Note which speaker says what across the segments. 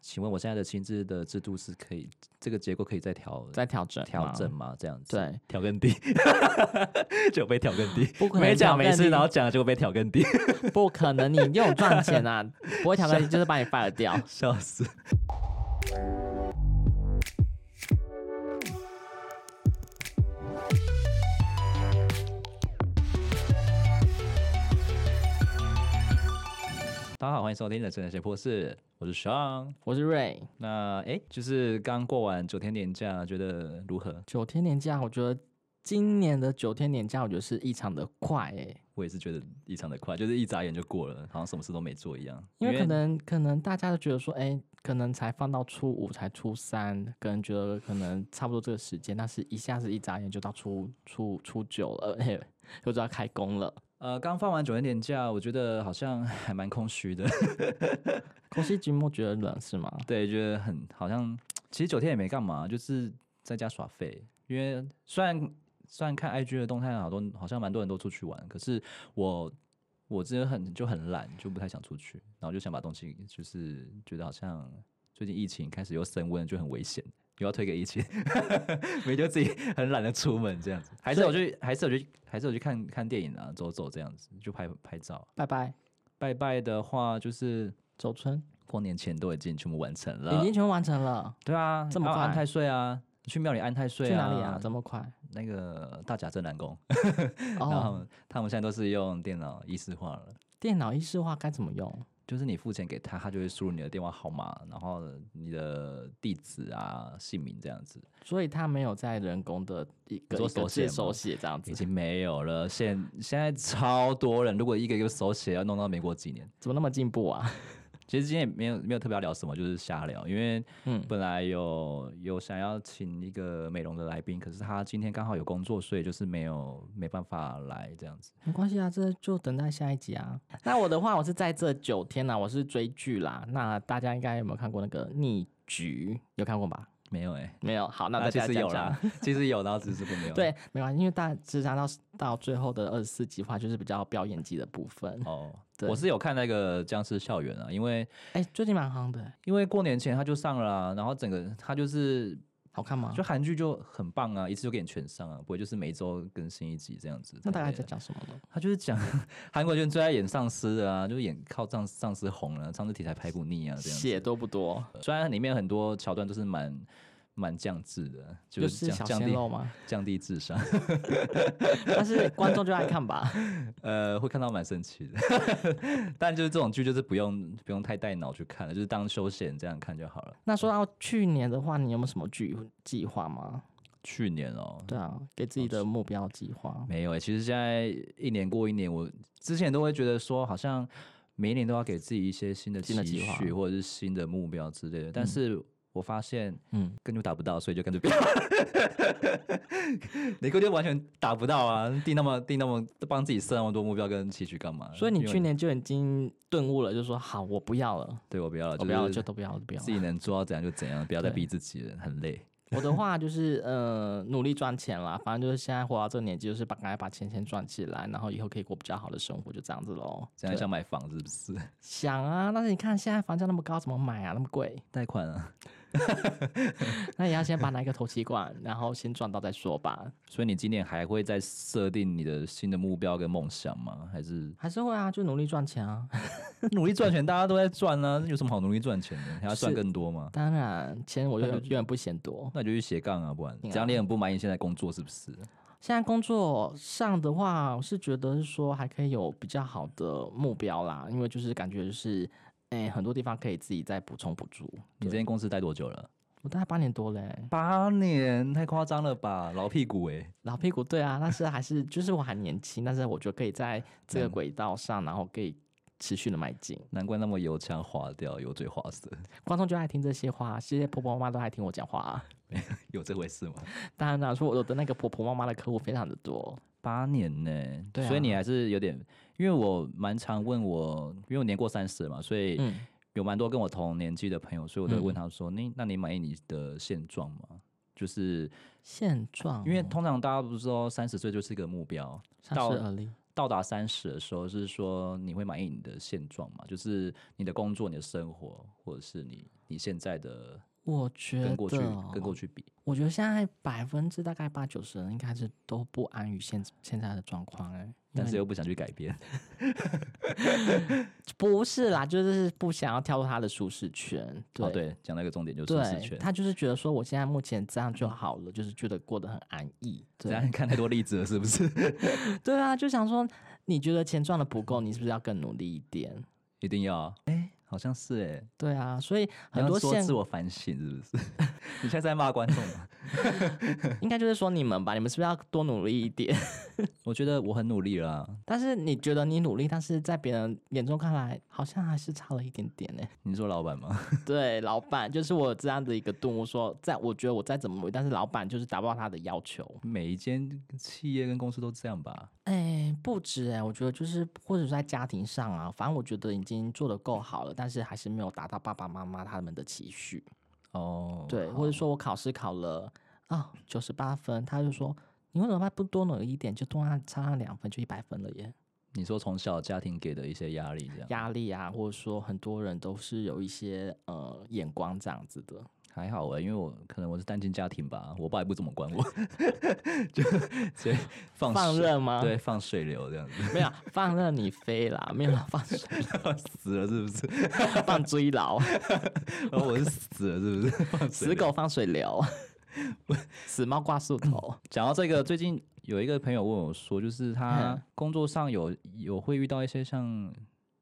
Speaker 1: 请问我现在的薪资的制度是可以这个结构可以再调
Speaker 2: 再调整
Speaker 1: 调
Speaker 2: 吗
Speaker 1: 整吗？这样子，
Speaker 2: 对，
Speaker 1: 调更低，就被调更低。
Speaker 2: 不可能
Speaker 1: 没讲
Speaker 2: 调
Speaker 1: 没
Speaker 2: 更
Speaker 1: 事，
Speaker 2: 低
Speaker 1: 然后讲了就被调更低，
Speaker 2: 不可能，你又赚钱 啊，不会调更低就是把你 fire 掉。
Speaker 1: 笑死。大家好，欢迎收听《人生的斜坡室》，我是 Sean。
Speaker 2: 我是瑞，
Speaker 1: 那哎，就是刚过完九天年假，觉得如何？
Speaker 2: 九天年假，我觉得今年的九天年假，我觉得是异常的快欸诶、
Speaker 1: 我也是觉得异常的快，就是一眨眼就过了，好像什么事都没做一样。
Speaker 2: 因为可能可能大家都觉得说，哎、可能才放到初五，才初三，可能觉得可能差不多这个时间，但是一下子一眨眼就到初初初九了， 哎、又就要开工了。
Speaker 1: 呃，刚放完九天年假，我觉得好像还蛮空虚的，
Speaker 2: 空气寂寞觉得冷是吗？
Speaker 1: 对，觉得很好像，其实九天也没干嘛，就是在家耍废。因为虽然虽然看 IG 的动态，好多好像蛮多人都出去玩，可是我我真的很就很懒，就不太想出去，然后就想把东西，就是觉得好像最近疫情开始又升温，就很危险。又要推给疫情， 没就自己很懒得出门这样子，还是我去，还是我去，还是我去看看电影啊，走走这样子，就拍拍照。
Speaker 2: 拜拜，
Speaker 1: 拜拜的话，就是
Speaker 2: 走春
Speaker 1: 过年前都已经全部完成了，
Speaker 2: 已经全部完成了，
Speaker 1: 对啊，
Speaker 2: 这么
Speaker 1: 还有安
Speaker 2: 快
Speaker 1: 太岁啊，去庙里安太岁
Speaker 2: 哎去哪里啊？这么快？
Speaker 1: 那个大甲镇南宫，然
Speaker 2: 哦，
Speaker 1: 后他们现在都是用电脑仪式化了。
Speaker 2: 电脑意识化该怎么用？
Speaker 1: 就是你付钱给他，他就会输入你的电话号码，然后你的地址啊、姓名这样子，
Speaker 2: 所以它没有在人工的一
Speaker 1: 你
Speaker 2: 个
Speaker 1: 说
Speaker 2: 一个
Speaker 1: 手写
Speaker 2: 字
Speaker 1: 吗
Speaker 2: 手写这样子
Speaker 1: 已，经没有了。现现在超多人，如果一个一个手写，要弄到没过几年。
Speaker 2: 怎么那么进步啊？
Speaker 1: 其实今天也没有没有特别要聊什么，就是瞎聊，因为
Speaker 2: 嗯，
Speaker 1: 本来有有想要请一个美容的来宾，可是他今天刚好有工作，所以就是没有没办法来这样子。
Speaker 2: 没关系啊，这就等待下一集啊。 那我的话，我是在这九天啦，我是追剧啦。那大家应该有没有看过那个《逆局》？有看过吧？
Speaker 1: 没有哎、欸，
Speaker 2: 没有。好，那
Speaker 1: 啊
Speaker 2: 大
Speaker 1: 其
Speaker 2: 家
Speaker 1: 实
Speaker 2: 讲
Speaker 1: 有
Speaker 2: 讲
Speaker 1: 啦， 其实有，然后只是不没有。
Speaker 2: 对，没关系，因为大时常到到最后的二十四集的话，就是比较表演级的部分。
Speaker 1: 哦，
Speaker 2: 对
Speaker 1: 我是有看那个《僵尸校园》啊，因为
Speaker 2: 哎、最近蛮夯的，
Speaker 1: 因为过年前他就上了啊、然后整个他就是
Speaker 2: 好看吗
Speaker 1: 就？韩剧就很棒啊，一次就给你全上啊，不会就是每周更新一集这样子。
Speaker 2: 那大概在
Speaker 1: 对
Speaker 2: 讲什么呢？
Speaker 1: 他就是讲韩国人最爱演丧尸的啊，就是演靠丧丧尸红了、丧尸题材拍不腻啊这样子。
Speaker 2: 血多不多？
Speaker 1: 虽然里面很多桥段都是蛮蛮降智的，
Speaker 2: 就
Speaker 1: 就是
Speaker 2: 是小
Speaker 1: 降降
Speaker 2: 鲜
Speaker 1: 低
Speaker 2: 肉吗？
Speaker 1: 降低智商，
Speaker 2: 但是观众就爱看吧。
Speaker 1: 呃，会看到蛮生气的。 但就是这种剧，就是不用不用太带脑去看了，就是当休闲这样看就好了。
Speaker 2: 那说到去年的话，你有没有什么剧计划吗？
Speaker 1: 去年哦、
Speaker 2: 对啊，给自己的目标计划。
Speaker 1: 没有哎、其实现在一年过一年，我之前都会觉得说，好像每一年都要给自己一些新的
Speaker 2: 新的
Speaker 1: 期
Speaker 2: 计划
Speaker 1: 许或者是新的目标之类的，但是我发现
Speaker 2: 嗯，
Speaker 1: 根本就达不到，所以就跟 着变。 你根本就完全达不到啊！定那么定那么帮自己设那么多目标跟期许干嘛？
Speaker 2: 所以你
Speaker 1: 因为
Speaker 2: 去年就已经顿悟了，就说好，我不要了，
Speaker 1: 对我不要了，
Speaker 2: 我不要
Speaker 1: 啊
Speaker 2: 了，
Speaker 1: 是
Speaker 2: 就都不要了，不要
Speaker 1: 自己
Speaker 2: 了。
Speaker 1: 能做到怎样就怎样，不要再
Speaker 2: 对
Speaker 1: 逼自己了，很累。
Speaker 2: 我的话就是呃，努力赚钱啦，反正就是现在活到这个年纪，就是把赶快把钱先赚起来，然后以后可以过比较好的生活，就这样子喽。
Speaker 1: 这样
Speaker 2: 对
Speaker 1: 想买房是不是？
Speaker 2: 想啊，但是你看现在房价那么高，怎么买啊？那么贵，
Speaker 1: 贷款啊，
Speaker 2: 那也要先把拿一个投期款，然后先赚到再说吧。
Speaker 1: 所以你今年还会再设定你的新的目标跟梦想吗？还 是
Speaker 2: 还是会啊，就努力赚钱啊。
Speaker 1: 努力赚钱，大家都在赚啊，有什么好努力赚钱的？还要赚
Speaker 2: 是
Speaker 1: 更多吗？
Speaker 2: 当然，钱 我就永远不嫌多。
Speaker 1: 那你就去斜杠啊，不然
Speaker 2: 对啊
Speaker 1: 这样你很不满意现在工作是不是？
Speaker 2: 现在工作上的话，我是觉得是说还可以有比较好的目标啦，因为就是感觉就是，哎、很多地方可以自己再补充补助。
Speaker 1: 你这间公司待多久了？
Speaker 2: 我大概八年多欸嘞、
Speaker 1: 八年，太夸张了吧，老屁股哎、
Speaker 2: 老屁股对啊，但是还是就是我还年轻，但是我觉得可以在
Speaker 1: 嗯
Speaker 2: 这个轨道上，然后可以持续的迈进。
Speaker 1: 难怪那么油腔滑调，油嘴滑舌，
Speaker 2: 观众就爱听这些话，这些婆婆妈妈都爱听我讲话、啊。
Speaker 1: 有这回事吗？
Speaker 2: 当然啦，说我的那个婆婆妈妈的客户非常的多，
Speaker 1: 八年呢、
Speaker 2: 对啊
Speaker 1: 所以你还是有点，因为我蛮常问我，因为我年过三十了嘛，所以
Speaker 2: 嗯，
Speaker 1: 有蛮多跟我同年纪的朋友，所以我都会
Speaker 2: 嗯
Speaker 1: 问他说：“你那你满意你的现状吗？”就是
Speaker 2: 现状哦
Speaker 1: 因为通常大家不是说三十岁就是一个目标，
Speaker 2: 三十而立，
Speaker 1: 到达三十的时候，是说你会满意你的现状吗？就是你的工作、你的生活，或者是你你现在的
Speaker 2: 我觉得
Speaker 1: 跟过去跟过
Speaker 2: 哦
Speaker 1: 去比，
Speaker 2: 我觉得现在百分之大概八九十的人应该是都不安于现现在的状况哎、
Speaker 1: 但是
Speaker 2: 因为
Speaker 1: 又不想去改变。
Speaker 2: 不是啦，就是不想要跳入他的舒适圈，对、
Speaker 1: 哦，对，讲到一个重点就是舒适
Speaker 2: 对，
Speaker 1: 圈。
Speaker 2: 他就是觉得说我现在目前这样就好了，就是觉得过得很安逸，
Speaker 1: 这
Speaker 2: 对
Speaker 1: 样看太多例子了，是不是？
Speaker 2: 对啊，就想说你觉得钱赚的不够，你是不是要更努力一点？
Speaker 1: 一定要？哎、好像是哎、
Speaker 2: 对啊，所以
Speaker 1: 你
Speaker 2: 很
Speaker 1: 要
Speaker 2: 多
Speaker 1: 说
Speaker 2: 现
Speaker 1: 自我反省是不是？ 你现在在骂观众吗？
Speaker 2: 应该就是说你们吧，你们是不是要多努力一点？
Speaker 1: 我觉得我很努力啊啦。
Speaker 2: 但是你觉得你努力，但是在别人眼中看来，好像还是差了一点欸点呢、
Speaker 1: 你说老板吗？
Speaker 2: 对，老板就是我有这样的一个顿悟，说在我觉得我再怎么努力，但是老板就是达不到他的要求。
Speaker 1: 每一间企业跟公司都这样吧？
Speaker 2: 哎，不止哎，我觉得就是或者是在家庭上啊，反正我觉得已经做得够好了，但是还是没有达到爸爸妈妈他们的期许。
Speaker 1: 哦，
Speaker 2: 对，
Speaker 1: 好
Speaker 2: 或者说我考试考了啊九十八分，他就说你为什么不多努力一点，就多那差那两分就一百分了耶？
Speaker 1: 你说从小家庭给的一些压力，这样
Speaker 2: 压力啊，或者说很多人都是有一些呃眼光这样子的。
Speaker 1: 还好哎、因为我可能我是单亲家庭吧，我爸也不怎么管我， 就所以放
Speaker 2: 放啊
Speaker 1: 水
Speaker 2: 任吗
Speaker 1: 对，放水流这样子，
Speaker 2: 没有放任你飞啦，没有啦 放水
Speaker 1: 死了是不是？
Speaker 2: 放追牢，
Speaker 1: 然后我是死了是不 是？放水
Speaker 2: 死
Speaker 1: 流
Speaker 2: 狗放水流， 死猫挂树头。
Speaker 1: 讲到这个，最近有一个朋友问我说，就是他
Speaker 2: 嗯
Speaker 1: 工作上有有会遇到一些像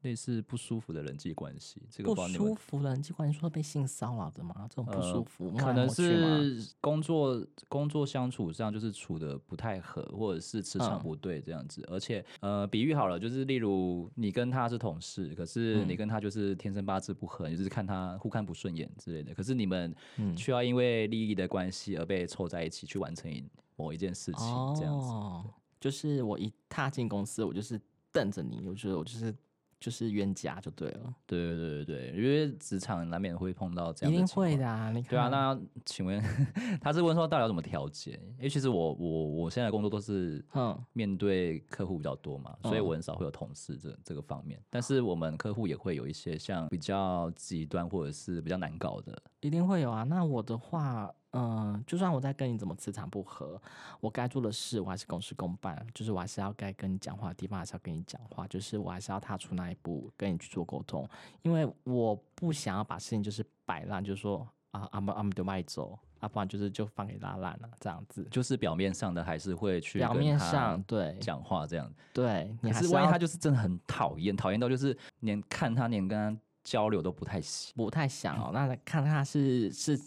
Speaker 1: 类似不舒服的人际关系，这个
Speaker 2: 不
Speaker 1: 不知道你
Speaker 2: 舒
Speaker 1: 们
Speaker 2: 服的人际关系说被性骚扰的吗？这种不
Speaker 1: 呃
Speaker 2: 舒服，摸
Speaker 1: 可
Speaker 2: 来
Speaker 1: 能
Speaker 2: 摸去吗
Speaker 1: 是工作工作相处上就是处的不太合，或者是磁场
Speaker 2: 嗯
Speaker 1: 不对这样子。而且呃，比喻好了，就是例如你跟他是同事，可是你
Speaker 2: 嗯
Speaker 1: 跟他就是天生八字不合，你就是看他互看不顺眼之类的。可是你们
Speaker 2: 嗯
Speaker 1: 却要因为利益的关系而被凑在一起去完成一某一件事情，这样子。
Speaker 2: 哦，就是我一踏进公司，我就是瞪着你，我觉得我就是就是冤家就对了，
Speaker 1: 对对对对对，因为职场难免会碰到这
Speaker 2: 一
Speaker 1: 样的
Speaker 2: 定
Speaker 1: 情况，
Speaker 2: 会的啊！你看
Speaker 1: 对啊，那请问 他是问说到底要怎么调节？因为其实我我我现在的工作都是
Speaker 2: 嗯
Speaker 1: 面对客户比较多嘛，所以
Speaker 2: 嗯
Speaker 1: 我很少会有同事这这个方面。但是我们客户也会有一些像比较极端或者是比较难搞的，
Speaker 2: 一定会有啊。那我的话，嗯、就算我在跟你怎么磁场不合，我该做的事我还是公事公办，就是我还是要该跟你讲话的地方还是要跟你讲话，就是我还是要踏出那一步跟你去做沟通，因为我不想要把事情就是摆烂，就是说啊，俺们俺们就卖走，啊，不然就是就放给拉烂了、这样子。
Speaker 1: 就是表面上的还是会去
Speaker 2: 表
Speaker 1: 跟
Speaker 2: 面
Speaker 1: 他
Speaker 2: 上对
Speaker 1: 讲话这样。
Speaker 2: 对，你
Speaker 1: 可
Speaker 2: 还
Speaker 1: 是万一
Speaker 2: 要
Speaker 1: 他就是真的很讨厌，讨厌到就是连看他连跟他交流都不太行。
Speaker 2: 不太想哦，那看他是是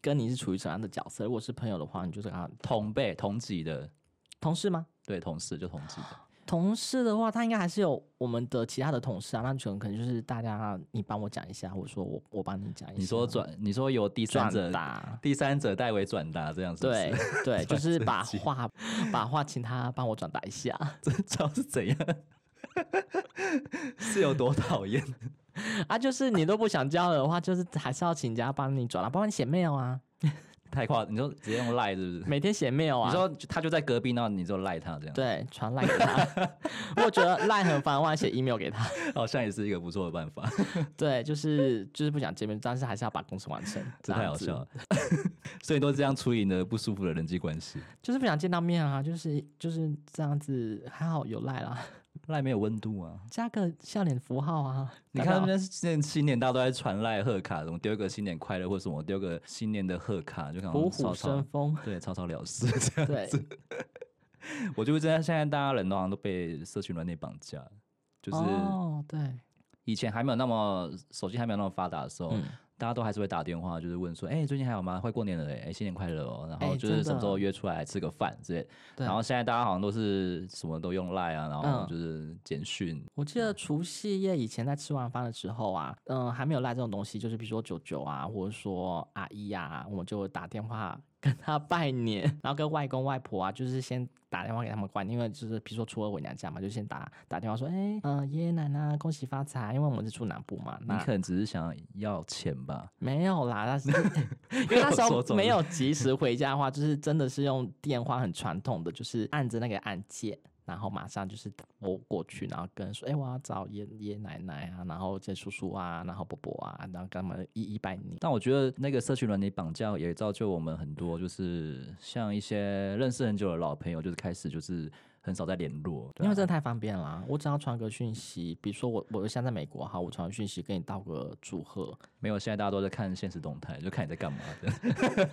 Speaker 2: 跟你是处于什么样的角色。如果是朋友的话，你就是跟他
Speaker 1: 同辈同级的，
Speaker 2: 同事吗？
Speaker 1: 对同事就同级的。
Speaker 2: 同事的话，他应该还是有我们的其他的同事啊，那可能可能就是大家你帮我讲一下，或者说我我帮你讲一下。
Speaker 1: 你说转，你说由第三者
Speaker 2: 嗯转达，
Speaker 1: 第三者代为转达这样子，
Speaker 2: 对，对，就
Speaker 1: 转自
Speaker 2: 是把
Speaker 1: 己
Speaker 2: 话把话请他帮我转达一下。
Speaker 1: 这招是怎样？ 是有多讨厌？
Speaker 2: 啊，就是你都不想交流的话，就是还是要请人家帮你转达，帮你写 mail 啊，
Speaker 1: 太夸，你说直接用赖是不是？
Speaker 2: 每天写 mail 啊。
Speaker 1: 你说他就在隔壁，那你就赖他这样，
Speaker 2: 对，传赖给他。我觉得赖很烦，我还写 email 给他。
Speaker 1: 好像也是一个不错的办法。
Speaker 2: 对，就是就是不想见面，但是还是要把工程完成。
Speaker 1: 这
Speaker 2: 样
Speaker 1: 太好
Speaker 2: 子
Speaker 1: 笑了。所以都这样处理你的不舒服的人际关系，
Speaker 2: 就是不想见到面啊，就是就是这样子，还好有赖啦，
Speaker 1: 赖没有温度啊！
Speaker 2: 加个笑脸符号啊。
Speaker 1: 你
Speaker 2: 代
Speaker 1: 看他
Speaker 2: 表
Speaker 1: 们现在新年大家都在传赖贺卡，什么丢个新年快乐或什么丢个新年的贺卡，就看
Speaker 2: 嗯虎
Speaker 1: 草草
Speaker 2: 虎生风，
Speaker 1: 对草草了事这样
Speaker 2: 对
Speaker 1: 子。我就知道现在大家人都好像都被社群软体绑架，就是
Speaker 2: 哦，对，
Speaker 1: 以前还没有那么手机还没有那么发达的时候，
Speaker 2: 嗯，
Speaker 1: 大家都还是会打电话，就是问说，哎、最近还好吗？快过年了哎、哎新年快乐哦、然后
Speaker 2: 哎
Speaker 1: 就是
Speaker 2: 真
Speaker 1: 什么时候
Speaker 2: 的
Speaker 1: 约出来吃个饭之类。
Speaker 2: 对
Speaker 1: 然后现在大家好像都是什么都用赖啊，然后
Speaker 2: 嗯
Speaker 1: 就是简讯。
Speaker 2: 我记得除夕夜以前在吃完饭的时候啊，嗯，还没有赖这种东西，就是比如说舅舅啊，或者说阿姨啊，我们就打电话跟他拜年，然后跟外公外婆啊，就是先打电话给他们拜年，因为就是比如说初二回娘家嘛，就先打打电话说，哎、呃，爷爷奶奶恭喜发财，因为我们是住南部嘛，
Speaker 1: 你
Speaker 2: 那
Speaker 1: 可能只是想要钱吧？
Speaker 2: 没有啦，那是因为那时
Speaker 1: 说
Speaker 2: 候
Speaker 1: 中
Speaker 2: 没
Speaker 1: 了
Speaker 2: 有及时回家的话，就是真的是用电话很传统的，就是按着那个按键，然后马上就是我过去，然后跟人说，哎、我要找爷爷爷奶奶啊，然后这叔叔啊，然后伯伯啊，然后跟他们一一拜年。
Speaker 1: 但我觉得那个社群软体绑架也造就我们很多，就是像一些认识很久的老朋友，就是开始就是很少再联络，对啊
Speaker 2: 因为真的太方便了啊、我只要传个讯息，比如说我我现在在美国哈，我传个讯息跟你道个祝贺，
Speaker 1: 没有现在大家都在看现实动态，就看你在干嘛这样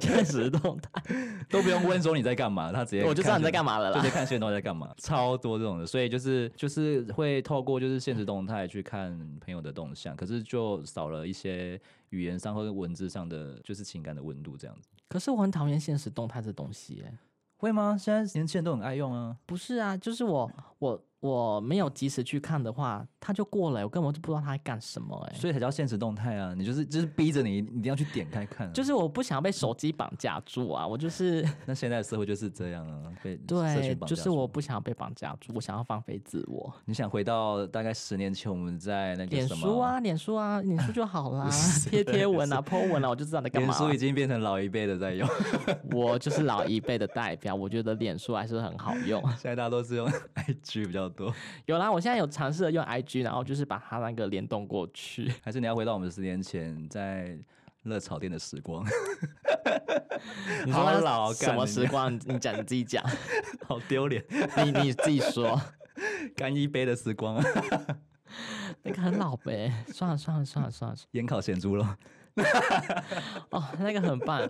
Speaker 2: 现实动态，
Speaker 1: 都不用问说你在干嘛，他直接
Speaker 2: 我就知道你在干
Speaker 1: 嘛。
Speaker 2: 嘛了
Speaker 1: 就
Speaker 2: 啦
Speaker 1: 是。看现实动态在干嘛，超多这种的，所以就是就是会透过就是现实动态去看朋友的动向，可是就少了一些语言上或者文字上的就是情感的温度这样子，
Speaker 2: 可是我很讨厌现实动态这东西耶、
Speaker 1: 会吗？现在年轻人都很爱用啊，
Speaker 2: 不是啊，就是我我我没有及时去看的话，它就过了，我根本就不知道它在干什么哎、
Speaker 1: 所以才叫现实动态啊，你就是就是逼着你你一定要去点开看啊、
Speaker 2: 就是我不想被手机绑架住啊，我就是
Speaker 1: 那现在的 社会就是这样啊，被社
Speaker 2: 对
Speaker 1: 群，绑
Speaker 2: 就
Speaker 1: 架
Speaker 2: 是
Speaker 1: 住
Speaker 2: 我不想被绑架住，我想要放飞自我。
Speaker 1: 你想回到大概十年前我们在那个
Speaker 2: 脸
Speaker 1: 什么
Speaker 2: 书啊，脸书啊，脸书 就好啦
Speaker 1: 是，
Speaker 2: 贴贴文啊，po 文啊，我就知道你在干
Speaker 1: 脸
Speaker 2: 嘛
Speaker 1: 书
Speaker 2: 啊
Speaker 1: 已。经变成老一辈的在 用，
Speaker 2: 我就是老一辈的代表，我觉得脸书还是很好用。
Speaker 1: 现在大家都是用 IG 比较多。
Speaker 2: 有啦，我现在有尝试着用 IG，然后就是把它那个联动过去。
Speaker 1: 还是你要回到我们十年前在热炒店的时光？
Speaker 2: 你
Speaker 1: 好
Speaker 2: 说那
Speaker 1: 老
Speaker 2: 什
Speaker 1: 干
Speaker 2: 么
Speaker 1: 你
Speaker 2: 时光？你你讲你自 己讲，
Speaker 1: 好丢脸，
Speaker 2: 你你自己说。
Speaker 1: 干一杯的时光啊！
Speaker 2: 那个很老呗， 算了算了算了算了，
Speaker 1: 盐烤咸猪肉，
Speaker 2: 哦，那个很棒，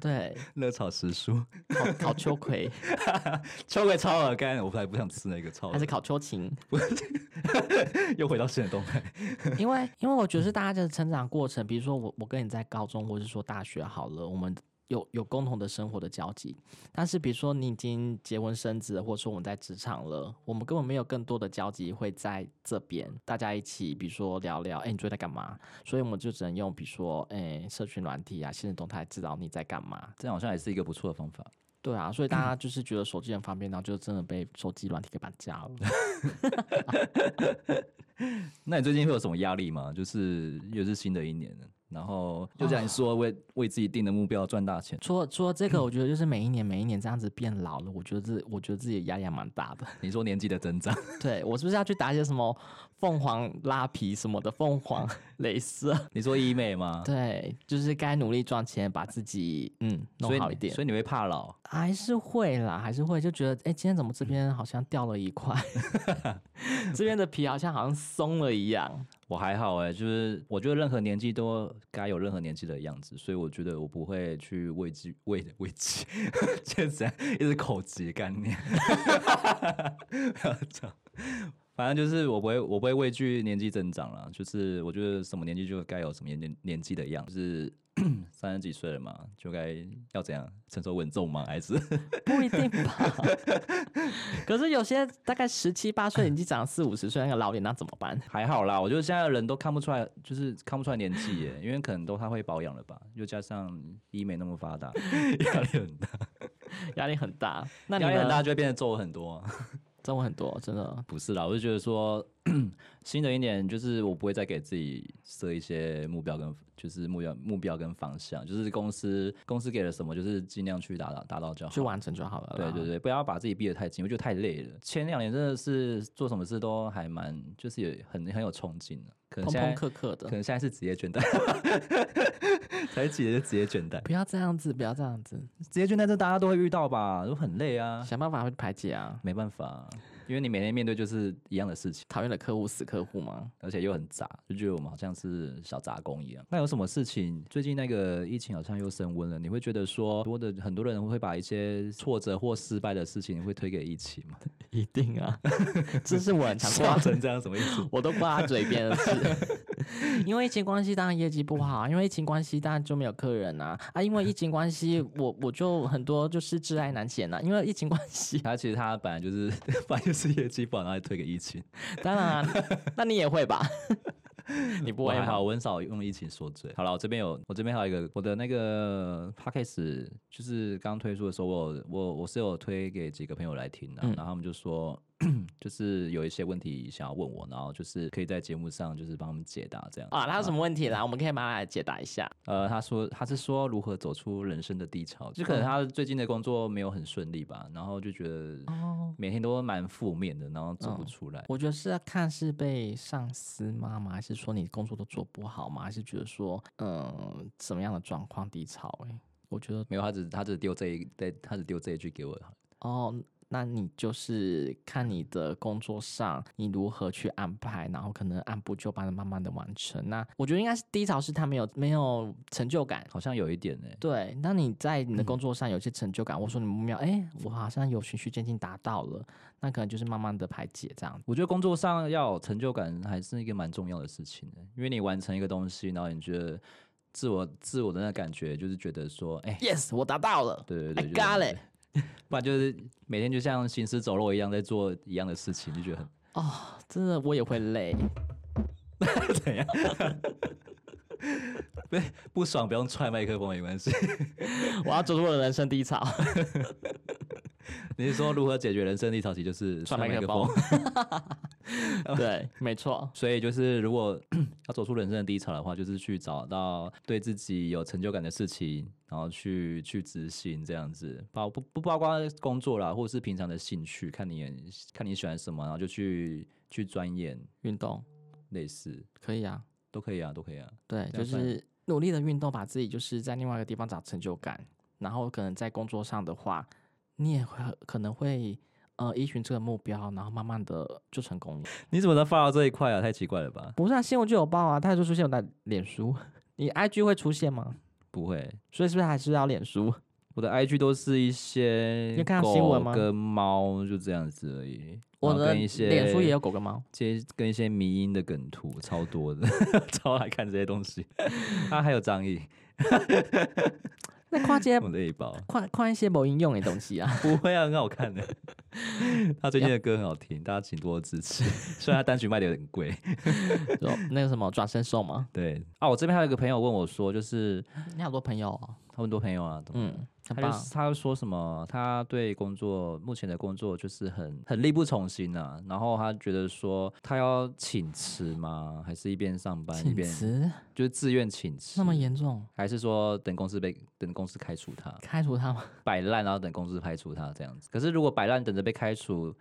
Speaker 2: 对，
Speaker 1: 热炒时蔬，
Speaker 2: 烤烤秋葵
Speaker 1: 秋葵超耳干，我还不想吃那个超恶
Speaker 2: 还是烤秋芹，
Speaker 1: 又回到现实动态。
Speaker 2: 因为因为我觉得是大家的成长过程，比如说我我跟你在高中或是说大学好了，我们。有有共同的生活的交集，但是比如说你已经结婚生子了，或者说我们在职场了，我们根本没有更多的交集会在这边，大家一起比如说聊聊，哎、你最近在干嘛？所以我们就只能用比如说，哎、社群软体啊，现实动态知道你在干嘛，
Speaker 1: 这样好像也是一个不错的方法。
Speaker 2: 对啊，所以大
Speaker 1: 嗯
Speaker 2: 家就是觉得手机很方便，然后就真的被手机软体给绑架了。
Speaker 1: 那你最近会有什么压力吗？就是又是新的一年了，然后就像你
Speaker 2: 啊
Speaker 1: 说，为为自己定的目标赚大钱，
Speaker 2: 除了除了这个，我觉得就是每一年每一年这样子变老了，我觉得自我觉得自己的压力还蛮大的。
Speaker 1: 你说年纪的增长，
Speaker 2: 对我是不是要去打一些什么凤凰拉皮什么的，凤凰镭射？
Speaker 1: 你说医美吗？
Speaker 2: 对，就是该努力赚钱，把自己嗯
Speaker 1: 所
Speaker 2: 弄
Speaker 1: 以
Speaker 2: 好
Speaker 1: 你
Speaker 2: 一点
Speaker 1: 所。以你会怕老？
Speaker 2: 还是会啦，还是会就觉得，哎、今天怎么
Speaker 1: 嗯
Speaker 2: 这边好像掉了一 块， 这边的皮好像好像松了一样。
Speaker 1: 我还好哎、就是我觉得任何年纪都该有任何年纪的样子，所以我觉得我不会去畏惧畏畏惧， 这样一直口疾干念， 不要这样反正就是我不会，我不会畏惧年纪增长啦，就是我觉得什么年纪就该有什么年年年纪的样子，就是 三十几岁了嘛，就该要怎样承受稳重吗？还是
Speaker 2: 不一定吧。 可是有些大概十七八岁，已经长了四五十岁那个老脸，那怎么 办？
Speaker 1: 还好啦？我觉得现在的人都看不出来，就是看不出来年纪 耶、因为可能都太会保养了吧，又加上医美那么发 达，压力很大。
Speaker 2: 压力很大。那你
Speaker 1: 压力很
Speaker 2: 们
Speaker 1: 大，就会哦变得皱很多、啊。
Speaker 2: 中文很多，真的。
Speaker 1: 不是啦，我就觉得说， 新的一年就是我不会再给自己设一些目标跟就是目标目标跟方向，就是公司公司给了什么，就是尽量去达到达到就
Speaker 2: 去
Speaker 1: 好。
Speaker 2: 完成就好了。
Speaker 1: 对对，对，不要把自己逼得太紧，我觉得太累了。前两年真的是做什么事都还蛮，就是也很很有冲劲的、可能
Speaker 2: 碰
Speaker 1: 现在
Speaker 2: 碰克克
Speaker 1: 可
Speaker 2: 的，
Speaker 1: 能现在是职业倦怠， 才几的职业倦怠，
Speaker 2: 不要这样子，不要这样子，
Speaker 1: 职业倦怠这大家都会遇到吧，都很累啊，
Speaker 2: 想办法会排解啊。
Speaker 1: 没办法，因为你每天面对就是一样的事情。
Speaker 2: 讨厌的客户死客户吗？
Speaker 1: 而且又很杂，就觉得我们好像是小杂工一样。那有什么事情？最近那个疫情好像又升温了，你会觉得说，多的很多人会把一些挫折或失败的事情会推给疫情吗？
Speaker 2: 一定 啊，这是我 很常
Speaker 1: 吓
Speaker 2: 挂，
Speaker 1: 成这样什么意思？
Speaker 2: 我都挂在嘴边 的事。因为疫情关系，当然业绩不好啊，因为疫情关系，当然就没有客人啊啊！因为疫情关系，我 我就很多就是挚爱难减啊，因为疫情关系，
Speaker 1: 他其实他本来就是 本来就是业绩不好，然后还推给疫情。
Speaker 2: 当然啊、那你也会 吧？你不
Speaker 1: 我
Speaker 2: 会
Speaker 1: 还好，
Speaker 2: 吗？
Speaker 1: 我很少用疫情说嘴。好了，我这边有，我这边还有一个我的那个 podcast，就是刚推出的时候，我有我我是有推给几个朋友来听的、
Speaker 2: 嗯
Speaker 1: 然后他们就说。 就是有一些问题想要问我，然后就是可以在节目上就是帮他们解答这样。
Speaker 2: 啊，他有什么问题啦？我们可以帮他来解答一下。
Speaker 1: 呃，他说他是说如何走出人生的低潮，
Speaker 2: 嗯
Speaker 1: 就可能他最近的工作没有很顺利吧，然后就觉得
Speaker 2: 哦，
Speaker 1: 每天都蛮负面的，然后走不
Speaker 2: 嗯
Speaker 1: 出来。
Speaker 2: 我觉得是要看是被上司骂吗？还是说你工作都做不好吗？还是觉得说，嗯，怎么样的状况低潮、欸？我觉得
Speaker 1: 没有，他只他只丢这一，对他只丢这一句给我。
Speaker 2: 哦，那你就是看你的工作上你如何去安排，然后可能按部就班的慢慢的完成。那我觉得应该是低潮是他没有没有成就感。
Speaker 1: 好像有一点呢、欸
Speaker 2: 对，那你在你的
Speaker 1: 嗯
Speaker 2: 工作上有一些成就感，或者说你目标，哎、我好像有循序渐进达到了，那可能就是慢慢的排解这样子。
Speaker 1: 我觉得工作上要有成就感，还是一个蛮重要的事情的、因为你完成一个东西，然后你觉得自我自我的那感觉，就是觉得说，哎、
Speaker 2: Yes，我达到了
Speaker 1: 对对
Speaker 2: ，I
Speaker 1: 对，就是
Speaker 2: got it。
Speaker 1: 不然就是每天就像行尸走肉一样在做一样的事情，就觉得很
Speaker 2: 哦，真的我也会累。
Speaker 1: 怎样？不不爽，不用踹麦克风没关系。
Speaker 2: 我要走出我的人生低潮。
Speaker 1: 你是说如何解决人生低潮期？就是
Speaker 2: 踹
Speaker 1: 踹
Speaker 2: 麦
Speaker 1: 麦克
Speaker 2: 克风
Speaker 1: 风。
Speaker 2: 对，没错。
Speaker 1: 所以就是，如果 要走出人生的低潮的话，就是去找到对自己有成就感的事情，然后去去执行这样子，包不不包括工作啦，或者是平常的兴趣，看你看你喜欢什么，然后就去去钻研，
Speaker 2: 运动
Speaker 1: 类似
Speaker 2: 可以啊，
Speaker 1: 都可以啊，都可以啊。
Speaker 2: 对，
Speaker 1: 这
Speaker 2: 就
Speaker 1: 样算
Speaker 2: 是努力的运动，把自己就是在另外一个地方找成就感，然后可能在工作上的话，你也会可能会呃依循这个目标，然后慢慢的就成功了。
Speaker 1: 你怎么能发到这一块啊？太奇怪了吧？
Speaker 2: 不是、啊、新闻就有报啊，它就出现我的脸书，你 IG 会出现吗？
Speaker 1: 不会，
Speaker 2: 所以是不是还是要脸书？
Speaker 1: 我的 IG 都是一些
Speaker 2: 有看到
Speaker 1: 狗
Speaker 2: 新闻吗
Speaker 1: 跟猫就这样子而已。
Speaker 2: 我
Speaker 1: 然后
Speaker 2: 的
Speaker 1: 哦跟一些
Speaker 2: 脸书也有狗跟猫，
Speaker 1: 接跟一些迷音的梗图超多的， 超爱看这些东西。他、还有张译，
Speaker 2: 那跨界
Speaker 1: 我的一包
Speaker 2: 跨跨一些某应用的东西啊。
Speaker 1: 不会啊，很好看的。 他最近的歌很好听，大家请多多支持。 虽然他单曲卖的有点贵，
Speaker 2: 就那个什么转身兽吗？
Speaker 1: 对啊。我这边还有一个朋友问我说，就是
Speaker 2: 你好多朋友、哦，
Speaker 1: 他很多朋友啊，
Speaker 2: 嗯，很
Speaker 1: 他就
Speaker 2: 棒。
Speaker 1: 是他就说什么，他对工作目前的工作就是很很力不从心啊。然后他觉得说，他要请辞吗？还是一边上班一
Speaker 2: 请
Speaker 1: 边
Speaker 2: 辞
Speaker 1: 就是自愿请辞？
Speaker 2: 那么严重，
Speaker 1: 还是说等公司被等公司开除他
Speaker 2: 开除他吗？
Speaker 1: 摆烂，然后等公司开除他这样子？可是如果摆烂等着被开除，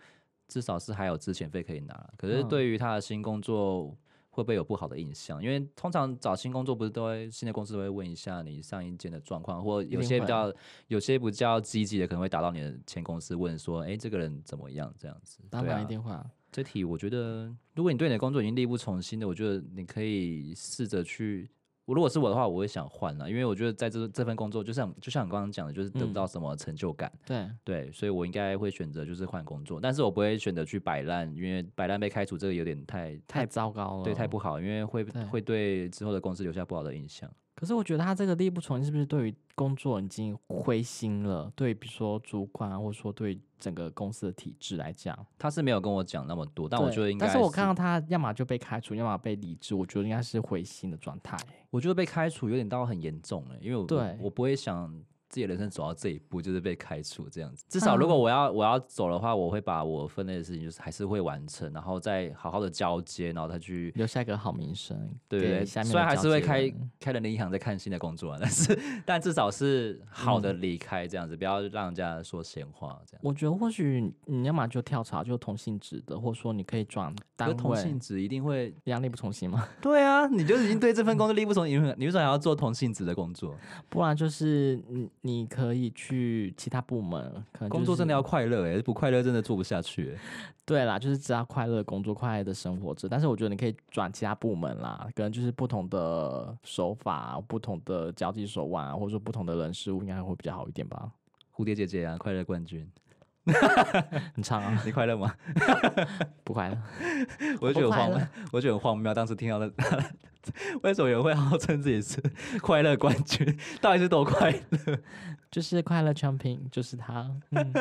Speaker 1: 至少是还有之前费可以拿。可是
Speaker 2: 嗯
Speaker 1: 对于他的新工作。会不会有不好的印象？因为通常找新工作不是都会新的公司都会问一下你上一间的状况，或有
Speaker 2: 定
Speaker 1: 些
Speaker 2: 会
Speaker 1: 比较有些比较积极的可能会打到你的前公司问说，哎、这个人怎么样？这样子。
Speaker 2: 当
Speaker 1: 对啊
Speaker 2: 然一定会、啊。
Speaker 1: 这题我觉得，如果你对你的工作已经力不从心的，我觉得你可以试着去。我如果是我的话，我会想换了，因为我觉得在这这份工作，就像就像你刚刚讲的，就是得不
Speaker 2: 嗯
Speaker 1: 到什么成就感，
Speaker 2: 对，
Speaker 1: 对，所以我应该会选择就是换工作，但是我不会选择去摆烂，因为摆烂被开除这个有点太
Speaker 2: 太
Speaker 1: 太
Speaker 2: 糟糕了，
Speaker 1: 对太不。好，因为会
Speaker 2: 对
Speaker 1: 会对之后的公司留下不好的印象。
Speaker 2: 可是我觉得他这个力不从心，是不是对于工作已经灰心了？对，比如说主管啊，或者说对整个公司的体制来讲，
Speaker 1: 他是没有跟我讲那么多，但我
Speaker 2: 对
Speaker 1: 觉得应该，
Speaker 2: 但是我看到他要么就被开除，要么被离职，我觉得应该是灰心的状态。
Speaker 1: 我觉得被开除有点到很严重欸了、因为我
Speaker 2: 对
Speaker 1: 我不会想自己的人生走到这一步就是被开除这样子。至少如果我要、我要走的话，我会把我分内的事情就是还是会完成，然后再好好的交接，然后再去
Speaker 2: 留下一个好名声，
Speaker 1: 对不
Speaker 2: 给
Speaker 1: 对？
Speaker 2: 下面
Speaker 1: 虽然
Speaker 2: 的
Speaker 1: 还
Speaker 2: 交
Speaker 1: 是会
Speaker 2: 接
Speaker 1: 开
Speaker 2: 人
Speaker 1: 开人力银行在看新的工作、啊， 但是但至少是好的离开这样子，不要让人家说闲话这样。
Speaker 2: 我觉得或许你要么就跳槽，就同性质的，或者说你可以转单
Speaker 1: 可
Speaker 2: 位，
Speaker 1: 是同性质一定会
Speaker 2: 一样力不从心嘛。
Speaker 1: 对啊，你就已经对这份工作力不从心，你为什么还要做同性质的工作？
Speaker 2: 不然就是你你可以去其他部门，可 能、就是、
Speaker 1: 工作真的要快乐哎、不快乐真的做不下去欸、
Speaker 2: 对啦，就是只要快乐的工作、快乐的生活着。但是我觉得你可以转其他部门啦，可能就是不同的手法啊、不同的交际手腕啊，或者说不同的人事物，应该会比较好一点吧。
Speaker 1: 蝴蝶姐姐啊，快乐冠军，
Speaker 2: 你唱啊，
Speaker 1: 你快乐 吗？
Speaker 2: 不快乐？
Speaker 1: 我就觉得
Speaker 2: 我快
Speaker 1: 荒
Speaker 2: 乐，
Speaker 1: 我就觉得很荒谬。当时听到的， 为什么有人会号称自己是 快乐冠军？ 到底是多快乐？
Speaker 2: 就是快乐 champion，就是他。嗯，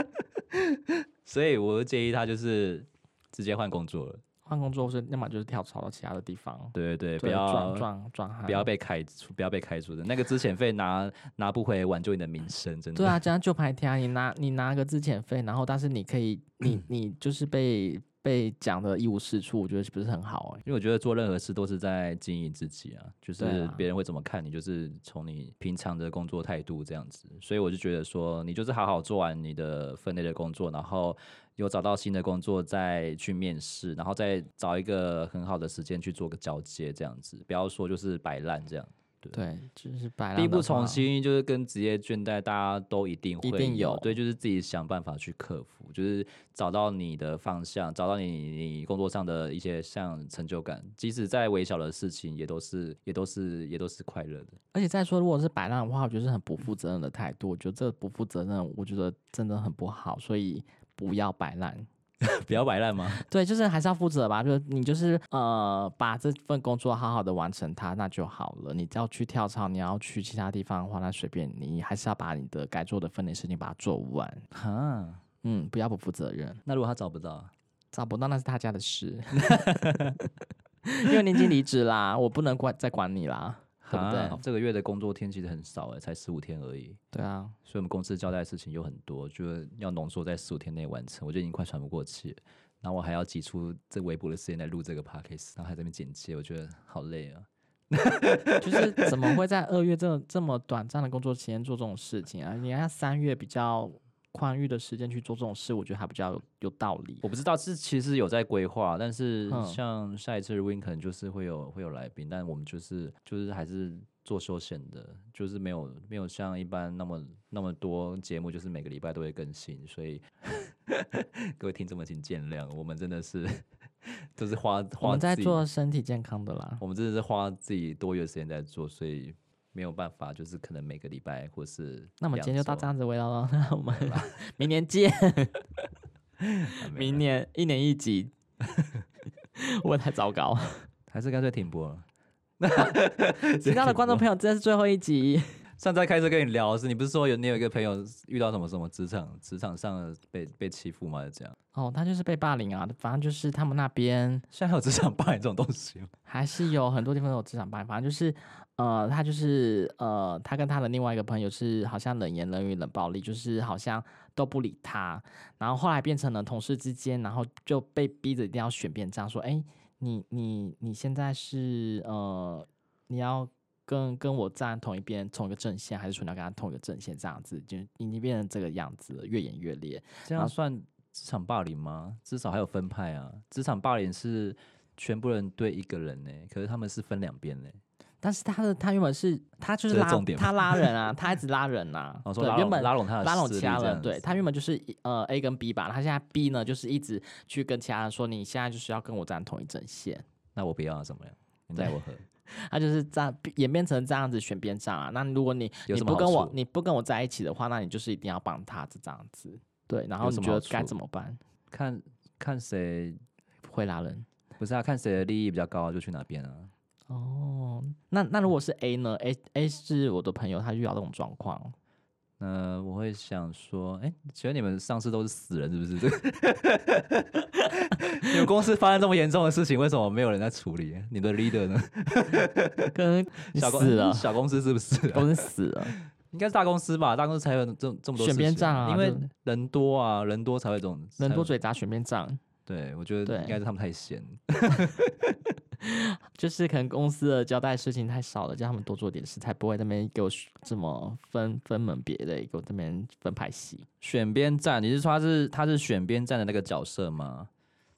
Speaker 1: 所以我就建议他就是直接换工作了。
Speaker 2: 换工作是要么就是跳槽到其他的地方，
Speaker 1: 对对对，不
Speaker 2: 对
Speaker 1: 要
Speaker 2: 转嗯转转行，
Speaker 1: 不要被开除，不要被开除的那个资遣费拿拿不回，挽救你的名声，真的。
Speaker 2: 对啊，这样就排天啊，你拿你拿个资遣费，然后但是你可以，
Speaker 1: 嗯
Speaker 2: 你你就是被被讲的一无是处，我觉得是不是很好哎、
Speaker 1: 因为我觉得做任何事都是在经营自己啊，就
Speaker 2: 对
Speaker 1: 是
Speaker 2: 啊
Speaker 1: 别人会怎么看你，就是从你平常的工作态度这样子。所以我就觉得说，你就是好好做完你的分内的工作，然后有找到新的工作再去面试，然后再找一个很好的时间去做个交接这样子，不要说就是摆烂这样。
Speaker 2: 对，就是摆烂
Speaker 1: 力
Speaker 2: 的
Speaker 1: 不从
Speaker 2: 话，
Speaker 1: 心就是跟职业倦怠，大家都一定会
Speaker 2: 嗯一定有
Speaker 1: 对，就是自己想办法去克服，就是找到你的方向，找到你你工作上的一些像成就感，即使再微小的事情，也都是也都是也都是快乐的。
Speaker 2: 而且再说，如果是摆烂的话，我觉得是很不负责任的态度。我觉得这个不负责任，我觉得真的很不好，所以不要摆烂。
Speaker 1: 不要摆烂 嘛，
Speaker 2: 对，就是还是要负责吧，就是你就是呃，把这份工作好好的完成它，那就好了。你要去跳槽，你要去其他地方的话，那随便你，你还是要把你的该做的分内事情把它做完。
Speaker 1: 哈。
Speaker 2: 嗯，不要不负责任。
Speaker 1: 那如果他找不到啊，
Speaker 2: 找不到那是他家的事， 因为你已经离职啦，我不能管再管你啦，对不对
Speaker 1: 哈？这个月的工作天其实很少哎、才十五天而已，
Speaker 2: 对啊，
Speaker 1: 所以我们公司交代的事情有很多，就是要浓缩在十五天内完成，我就已经快喘不过气了。然后我还要挤出这微薄的时间来录这个 podcast，然后还在那边剪接，我觉得好累啊。
Speaker 2: 就是怎么会在二月这这么短暂的工作期间做这种事情啊？你要三月比较宽裕的时间去做这种事，我觉得还比较有有道理
Speaker 1: 我。不知道是其实有在规划，但是
Speaker 2: 嗯
Speaker 1: 像下一次的 Win 可能就是会有会有来宾，但我们就是就是还是做休闲的，就是没有没有像一般那么那么多节目，就是每个礼拜都会更新，所以 各位听众们请见谅，我们真的是 都是花
Speaker 2: 我
Speaker 1: 花
Speaker 2: 们在
Speaker 1: 自己
Speaker 2: 做身体健康的啦，
Speaker 1: 我们真的是花自己多余的时间在做，所以没有办法，就是可能每个礼拜或是
Speaker 2: 那我们
Speaker 1: 两
Speaker 2: 今天就到
Speaker 1: 周
Speaker 2: 这啊样子围绕了，那我们 明年见，
Speaker 1: 啊没有
Speaker 2: 明年一年一集， 我太糟糕了。
Speaker 1: 还是干脆停播了。
Speaker 2: 其他的观众朋友，这是最后一集。
Speaker 1: 上次在开车跟你聊的是，你不是说有你有一个朋友遇到什么什么职场职场上的被被欺负吗？这样
Speaker 2: 哦，他就是被霸凌啊，反正就是他们那边
Speaker 1: 现在还有职场霸凌这种东 西吗？
Speaker 2: 还是有很多地方都有职场霸凌，反正就是，呃，他就是呃，他跟他的另外一个朋友是好像冷言冷语、冷暴力，就是好像都不理他，然后后来变成了同事之间，然后就被逼着一定要选边站，说，哎，你你你现在是呃，你要。跟跟我站同一边，同一个阵线，还是说你要跟他同一个阵线？这样子就已经变成这个样子了，越演越烈。
Speaker 1: 这样啊算职场霸凌吗？至少还有分派啊。职场霸凌是全部人对一个人呢、可是他们是分两边呢。
Speaker 2: 但是他的他原本是他就是
Speaker 1: 这是
Speaker 2: 拉
Speaker 1: 重点吗
Speaker 2: 他拉 人啊，他一直拉人啊，
Speaker 1: 然后
Speaker 2: 对
Speaker 1: 说，拉
Speaker 2: 原
Speaker 1: 拢
Speaker 2: 本
Speaker 1: 拉拢他的
Speaker 2: 拉拢
Speaker 1: 势力
Speaker 2: 其他
Speaker 1: 呃这
Speaker 2: 人，
Speaker 1: 样
Speaker 2: 对
Speaker 1: 子
Speaker 2: 他原本就是一呃 A 跟 B 吧，他现在 B 呢就是一直去跟其他人说，你现在就是要跟我站同一阵线，
Speaker 1: 那我不要啊怎么样？你奈
Speaker 2: 对
Speaker 1: 我 何？
Speaker 2: 他就是这样演变成这样子选边站啊。那如果你
Speaker 1: 有
Speaker 2: 你
Speaker 1: 什么
Speaker 2: 不跟
Speaker 1: 好
Speaker 2: 我
Speaker 1: 处
Speaker 2: 你不跟我在一起的话，那你就是一定要帮他这样子，对，然后
Speaker 1: 有
Speaker 2: 你
Speaker 1: 什么
Speaker 2: 觉得
Speaker 1: 好
Speaker 2: 该
Speaker 1: 处
Speaker 2: 怎么办？
Speaker 1: 看看谁
Speaker 2: 会拉人
Speaker 1: 不是啊？看谁的利益比较高就去哪边啊？
Speaker 2: 哦。那那如果是 A 呢？A A 是我的朋友，他遇到这种状 况，
Speaker 1: 那我会想说，哎、请问你们上司都是死人是不是？这个 你们公司发生这么严重的事情，为什么没有人在处理？你的 leader 呢？
Speaker 2: 跟你
Speaker 1: 小公
Speaker 2: 死 了，
Speaker 1: 小公司是不是 啊、
Speaker 2: 都是死了。
Speaker 1: 应该是大公司吧？大公司才有这这么多
Speaker 2: 选边
Speaker 1: 事情
Speaker 2: 站啊
Speaker 1: 因为
Speaker 2: 就
Speaker 1: 人多啊，人多才会这种才
Speaker 2: 人多
Speaker 1: 有
Speaker 2: 嘴杂选边站，
Speaker 1: 对，我觉
Speaker 2: 对
Speaker 1: 得应该是他们太闲。
Speaker 2: 就是可能公司的交代事情太少了，叫他们多做点事，才不会那边给我这么分分门别类，给我这边分派系。
Speaker 1: 选边站，你是说他是他是选边站的那个角色吗？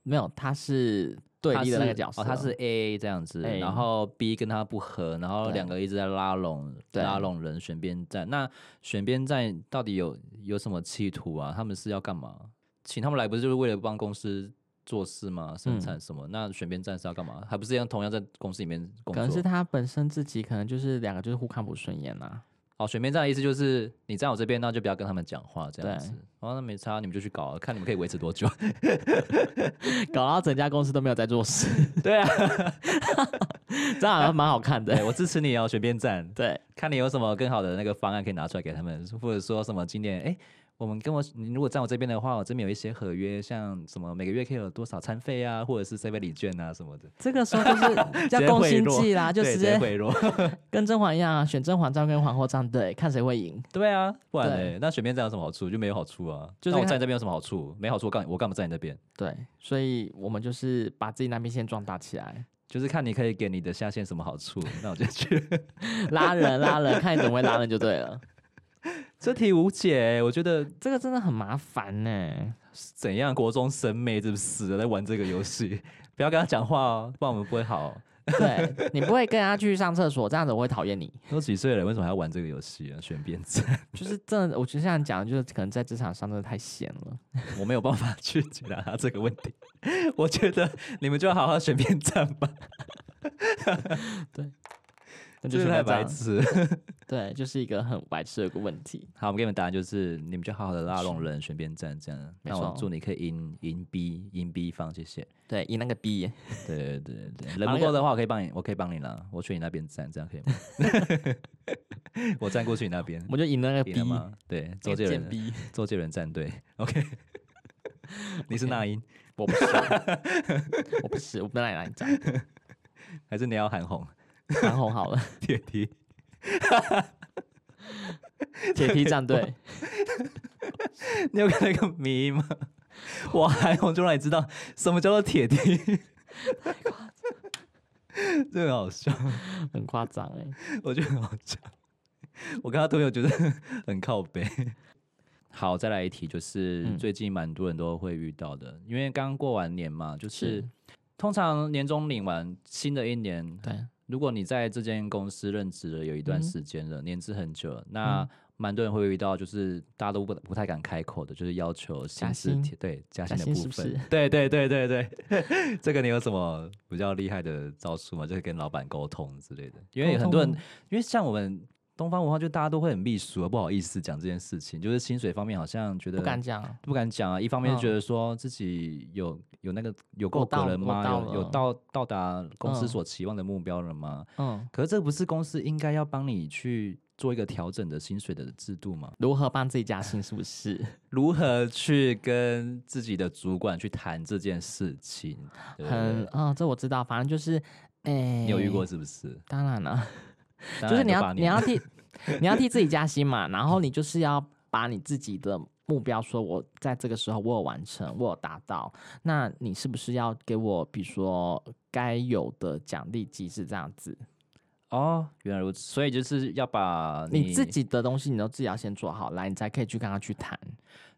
Speaker 2: 没有，他是对立的
Speaker 1: 他
Speaker 2: 那个
Speaker 1: 是
Speaker 2: 角色，
Speaker 1: 哦，他是 A 这样子，
Speaker 2: A
Speaker 1: 然后 B 跟他不合，然后
Speaker 2: 对
Speaker 1: 两个一直在拉拢
Speaker 2: 对
Speaker 1: 拉拢人选边站。那选边站到底有有什么企图啊？他们是要干嘛？请他们来不是就是为了帮公司做事吗？
Speaker 2: 嗯
Speaker 1: 生产什么？那选边站是要干嘛？还不是一样同样在公司里面工
Speaker 2: 可能是
Speaker 1: 作？
Speaker 2: 他本身自己可能就是两个就是互看不顺眼啊啦、
Speaker 1: 哦，选边站的意思就是你站我这边，那就不要跟他们讲话这样
Speaker 2: 对
Speaker 1: 子。哦，那没差，你们就去搞啊，看你们可以维持多 久。
Speaker 2: 搞到整家公司都没有在做事，
Speaker 1: 对啊，
Speaker 2: 这样好像蛮好看的。
Speaker 1: 对我支持你哦，选边站。
Speaker 2: 对，
Speaker 1: 看你有什么更好的那个方案可以拿出来给他们，或者说什么今年哎、诶我们跟我，你如果站我这边的话，我这边有一些合约，像什么每个月可以有多少餐费啊，或者是 seven 礼券啊什么的，
Speaker 2: 这个时候就是叫
Speaker 1: 直接
Speaker 2: 攻
Speaker 1: 贿
Speaker 2: 心
Speaker 1: 赂
Speaker 2: 计啦，就
Speaker 1: 对
Speaker 2: 直
Speaker 1: 直接
Speaker 2: 接
Speaker 1: 回 落。
Speaker 2: 跟甄嬛一样、啊，选甄嬛照跟皇后照，对，看谁会赢。
Speaker 1: 对啊，不然
Speaker 2: 对
Speaker 1: 嘞，那选边站有什么好处？就没有好处啊。
Speaker 2: 就是
Speaker 1: 那我
Speaker 2: 看
Speaker 1: 站这边有什么好处？没好处，我干我干嘛站你这边？
Speaker 2: 对，所以我们就是把自己那边先壮大起来，
Speaker 1: 就是看你可以给你的下线什么好 处，那我就去。
Speaker 2: 拉人拉人，看你怎么会拉人就对了。
Speaker 1: 这题无解，我觉得
Speaker 2: 这个真的很麻烦呢、
Speaker 1: 是怎样国中生妹是不是在玩这个游戏？ 不要跟他讲话哦，不然我们不会好。
Speaker 2: 对你不会跟他去上厕所，这样子我会讨厌你。
Speaker 1: 都几岁了，为什么还要玩这个游戏啊？选边站，
Speaker 2: 就是真的，我觉得像你讲的，就是可能在职场上真的太闲了。
Speaker 1: 我没有办法去解答他这个问题。 我觉得你们就好好选边站吧，
Speaker 2: 那 就
Speaker 1: 真的
Speaker 2: 是
Speaker 1: 太
Speaker 2: 那这
Speaker 1: 白
Speaker 2: 样，
Speaker 1: 痴了。
Speaker 2: 对，就是一个很白痴的一个问题。
Speaker 1: 好，我给你们答案就是，你们就好好的拉拢人，选边站这样。
Speaker 2: 没
Speaker 1: 那我
Speaker 2: 错
Speaker 1: 祝你可以赢赢 B 赢 B 方，谢 谢。
Speaker 2: 对，以那个 B，
Speaker 1: 对对对对，
Speaker 2: 把
Speaker 1: 人
Speaker 2: 那
Speaker 1: 不
Speaker 2: 个
Speaker 1: 够的话，我可以帮你，我可以帮你啦，我去你那边站，这样可以吗？ 我站过去你那边，
Speaker 2: 我就赢 那个
Speaker 1: 赢
Speaker 2: B，
Speaker 1: 了吗？对，周
Speaker 2: 那个
Speaker 1: 杰
Speaker 2: 贱
Speaker 1: 伦，
Speaker 2: B，
Speaker 1: 周杰伦战队，OK。你是
Speaker 2: OK
Speaker 1: 那英
Speaker 2: 我不是，我不是，我本来来讲，
Speaker 1: 还是你要韩红？
Speaker 2: 韩红好了，
Speaker 1: 铁蹄，
Speaker 2: 铁梯战队，
Speaker 1: 你有看那个迷吗？ 我韩红就让你知道什么叫做铁蹄， 这很好笑。
Speaker 2: 很夸张哎。
Speaker 1: 我觉得很好笑。我跟他都有觉得很靠背。好，再来一题，就是
Speaker 2: 嗯
Speaker 1: 最近蛮多人都会遇到的，因为刚过完年嘛，就是
Speaker 2: 是
Speaker 1: 通常年终领完，新的一年，
Speaker 2: 对，
Speaker 1: 如果你在这间公司任职了有一段
Speaker 2: 嗯
Speaker 1: 时间了，年资很久了，那蛮多人会遇到，就是大家都不不太敢开口的，就是要求薪
Speaker 2: 加
Speaker 1: 资
Speaker 2: 薪
Speaker 1: 贴对加
Speaker 2: 加
Speaker 1: 薪的
Speaker 2: 薪
Speaker 1: 部
Speaker 2: 是不
Speaker 1: 分，
Speaker 2: 是
Speaker 1: 对对对对对， 这个你有什么比较厉害的招数吗？就是跟老板沟通之类的，因为
Speaker 2: 沟
Speaker 1: 很多人
Speaker 2: 通，
Speaker 1: 因为像我们东方文化，就大家都会很避俗，啊不好意思讲这件事情，就是薪水方面好像觉得
Speaker 2: 不敢讲，
Speaker 1: 不敢讲啊，一方面
Speaker 2: 嗯
Speaker 1: 觉得说自己有有那个有
Speaker 2: 够
Speaker 1: 够格
Speaker 2: 到
Speaker 1: 了
Speaker 2: 够
Speaker 1: 吗？
Speaker 2: 到
Speaker 1: 有有
Speaker 2: 了
Speaker 1: 到到达公司
Speaker 2: 嗯
Speaker 1: 所期望的目标了吗？
Speaker 2: 嗯，
Speaker 1: 可是这不是公司应该要帮你去做一个调整的薪水的制度吗？
Speaker 2: 如何帮自己加薪是不是？
Speaker 1: 如何去跟自己的主管去谈这件事情？对不
Speaker 2: 很
Speaker 1: 对，
Speaker 2: 嗯，这我知道，反正就是，哎，
Speaker 1: 你有遇过？是不是？
Speaker 2: 当然了，
Speaker 1: 当
Speaker 2: 就是
Speaker 1: 然
Speaker 2: 你
Speaker 1: 都
Speaker 2: 要
Speaker 1: 把
Speaker 2: 你 要替你要替自己加薪嘛，然后你就是要把你自己的目标说，我在这个时候我有完成，我有达到，那你是不是要给我，比如说该有的奖励机制这样子？
Speaker 1: 哦，原来如此，所以就是要把你
Speaker 2: 你自己的东西你都自己要先做好，来，你才可以去跟他去谈。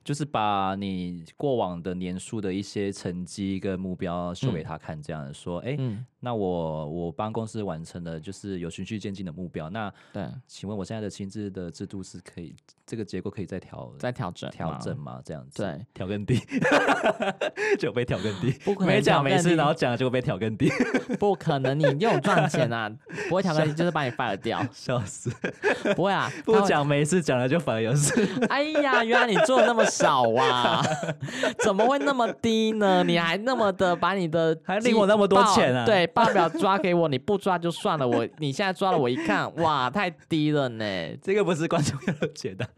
Speaker 1: 就是把你过往的年数的一些成绩跟目标秀给
Speaker 2: 嗯
Speaker 1: 他看，这样、说，哎、
Speaker 2: 嗯，
Speaker 1: 那我我帮公司完成了就是有循序渐进的目标，那
Speaker 2: 对，
Speaker 1: 请问我现在的薪资的制度是可以这个结构可以再调
Speaker 2: 再调整
Speaker 1: 调
Speaker 2: 嘛
Speaker 1: 整，吗？这样子，
Speaker 2: 对，
Speaker 1: 调更低， 就被调更低。
Speaker 2: 不可能
Speaker 1: 没讲
Speaker 2: 调
Speaker 1: 没
Speaker 2: 更
Speaker 1: 事，
Speaker 2: 低
Speaker 1: 然后讲了就被调更低，
Speaker 2: 不可能，你又有赚钱啊，不会调更低就是把你 fire 掉，
Speaker 1: 笑死！
Speaker 2: 不会啊，
Speaker 1: 不
Speaker 2: 他会。
Speaker 1: 讲没事，讲了就反而有事。
Speaker 2: 哎呀，原来你做的那么少啊，怎么会那么低呢？你还那么的把你的
Speaker 1: 还
Speaker 2: 绩
Speaker 1: 领我那么多
Speaker 2: 报
Speaker 1: 钱啊
Speaker 2: 对，报表抓给我，你不抓就算了，我你现在抓了，我一看，哇，太低了呢。
Speaker 1: 这个不是观众要解答，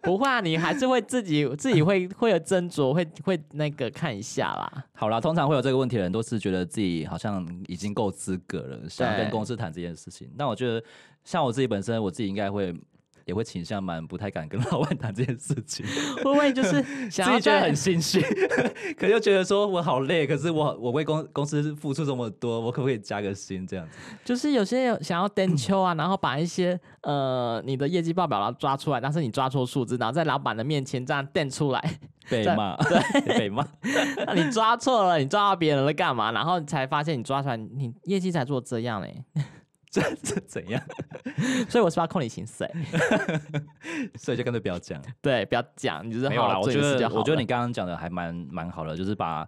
Speaker 2: 不会啊，你还是会自己自己会会有斟酌，会会那个看一下啦。
Speaker 1: 好啦，通常会有这个问题的人，都是觉得自己好像已经够资格了，想要跟
Speaker 2: 对
Speaker 1: 公司谈这件事情。那我觉得，像我自己本身，我自己应该会也会倾向蛮不太敢跟 老板谈这件事情，
Speaker 2: 会不 会就是
Speaker 1: 自
Speaker 2: 想要
Speaker 1: 己觉得
Speaker 2: 在
Speaker 1: 很心虚，可又觉得说我好累，可是我我为公公司付出这么多，我可不可以加个薪这样子？
Speaker 2: 就是有些有想要登秋啊，然后把一些呃你的业绩报表然后抓出来，但是你抓错数字，然后在老板的面前这样登出来，
Speaker 1: 被
Speaker 2: 在
Speaker 1: 骂，对，被骂。
Speaker 2: 那你抓错了，你抓到别人了干嘛？然后你才发现你抓出来，你业绩才做这样 嘞，
Speaker 1: 这这怎样？
Speaker 2: 所以我是不是要扣你薪水。
Speaker 1: 所以就干脆不要讲。
Speaker 2: 对，不要讲，你就是
Speaker 1: 没有
Speaker 2: 好
Speaker 1: 啦，
Speaker 2: 好
Speaker 1: 我
Speaker 2: 做
Speaker 1: 觉
Speaker 2: 你的事就
Speaker 1: 得
Speaker 2: 好了。
Speaker 1: 我觉得你刚刚讲的还蛮蛮好的，就是把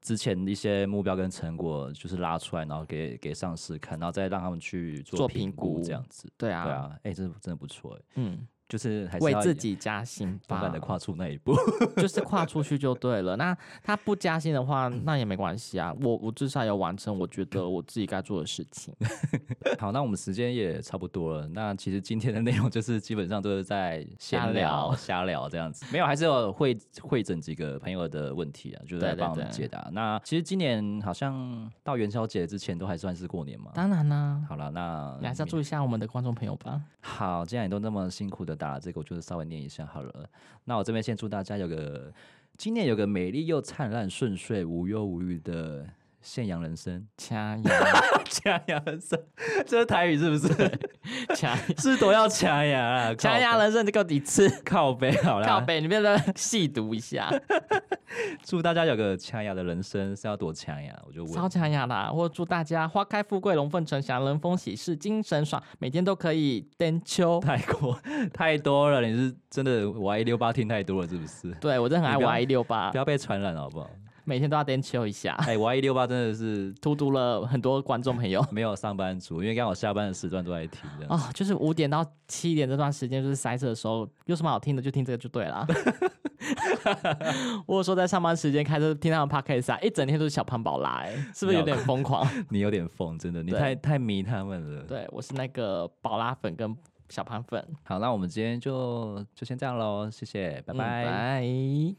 Speaker 1: 之前一些目标跟成果就是拉出来，然后给给上司看，然后再让他们去
Speaker 2: 做
Speaker 1: 评
Speaker 2: 评估
Speaker 1: 这样子。
Speaker 2: 对
Speaker 1: 对
Speaker 2: 啊，
Speaker 1: 啊，哎、真的真的不错哎、
Speaker 2: 嗯，
Speaker 1: 就是还是
Speaker 2: 为
Speaker 1: 要
Speaker 2: 自己加薪
Speaker 1: 勇
Speaker 2: 吧
Speaker 1: 敢，的跨出那一步。
Speaker 2: 就是跨出去就对了。那他不加薪的话，那也没关系啊。我我至少有完成我觉得我自己该做的事情。啊
Speaker 1: 好，那我们时间也差不多了。那其实今天的内容就是基本上都是在
Speaker 2: 瞎
Speaker 1: 闲
Speaker 2: 聊
Speaker 1: 聊、瞎聊这样子，没有还是有会会诊几个朋友的问题啊，就是
Speaker 2: 对
Speaker 1: 来
Speaker 2: 对
Speaker 1: 帮我们
Speaker 2: 对
Speaker 1: 解答。那其实今年好像到元宵节之前都还算是过年嘛。
Speaker 2: 当然啦、
Speaker 1: 好了，那
Speaker 2: 你还是要注意一下我们的观众朋友 吧。。
Speaker 1: 好，既然你都那么辛苦的打了这个，我就是稍微念一下好了。那我这边先祝大家有个今年有个美丽又灿烂、顺遂、无忧无虑的现阳人生
Speaker 2: 掐牙，
Speaker 1: 强阳人生，这是台语是不是？
Speaker 2: 掐 牙，
Speaker 1: 是多要强牙 啊！
Speaker 2: 掐牙
Speaker 1: 了，
Speaker 2: 人生，你给我几次？
Speaker 1: 靠背好啦。
Speaker 2: 靠背，你不要 在那细读一下，
Speaker 1: 祝大家有个强牙的人生是要多强牙，啊我就问。
Speaker 2: 超强牙啦！我祝大家花开富贵，龙凤呈祥，人逢喜事精神爽，每天都可以登秋。
Speaker 1: 太过 太多了，你是真的玩一六八听太多了是不是？
Speaker 2: 对我真的很爱
Speaker 1: 你不要
Speaker 2: 玩一六八
Speaker 1: 不，要被传染好 不好？
Speaker 2: 每天都要登秋一下。
Speaker 1: 哎、玩一六八真的是
Speaker 2: 荼毒了很多观众朋友
Speaker 1: 没有上班族，因为刚好下班的时段都在听这样。
Speaker 2: 哦，就是五点到七点这段时间，就是塞车的时候，有什么好听的就听这个就对 了。我有说在上班时间开车听他们 podcast 啊，一整天都是小胖宝拉、欸，是不是有点疯狂？
Speaker 1: 你有点疯，真的，你
Speaker 2: 对
Speaker 1: 太太迷他们了。
Speaker 2: 对我是那个宝拉粉跟小胖粉，
Speaker 1: 好，那我们今天就就先这样喽，谢谢，拜
Speaker 2: 嗯
Speaker 1: 拜。
Speaker 2: 拜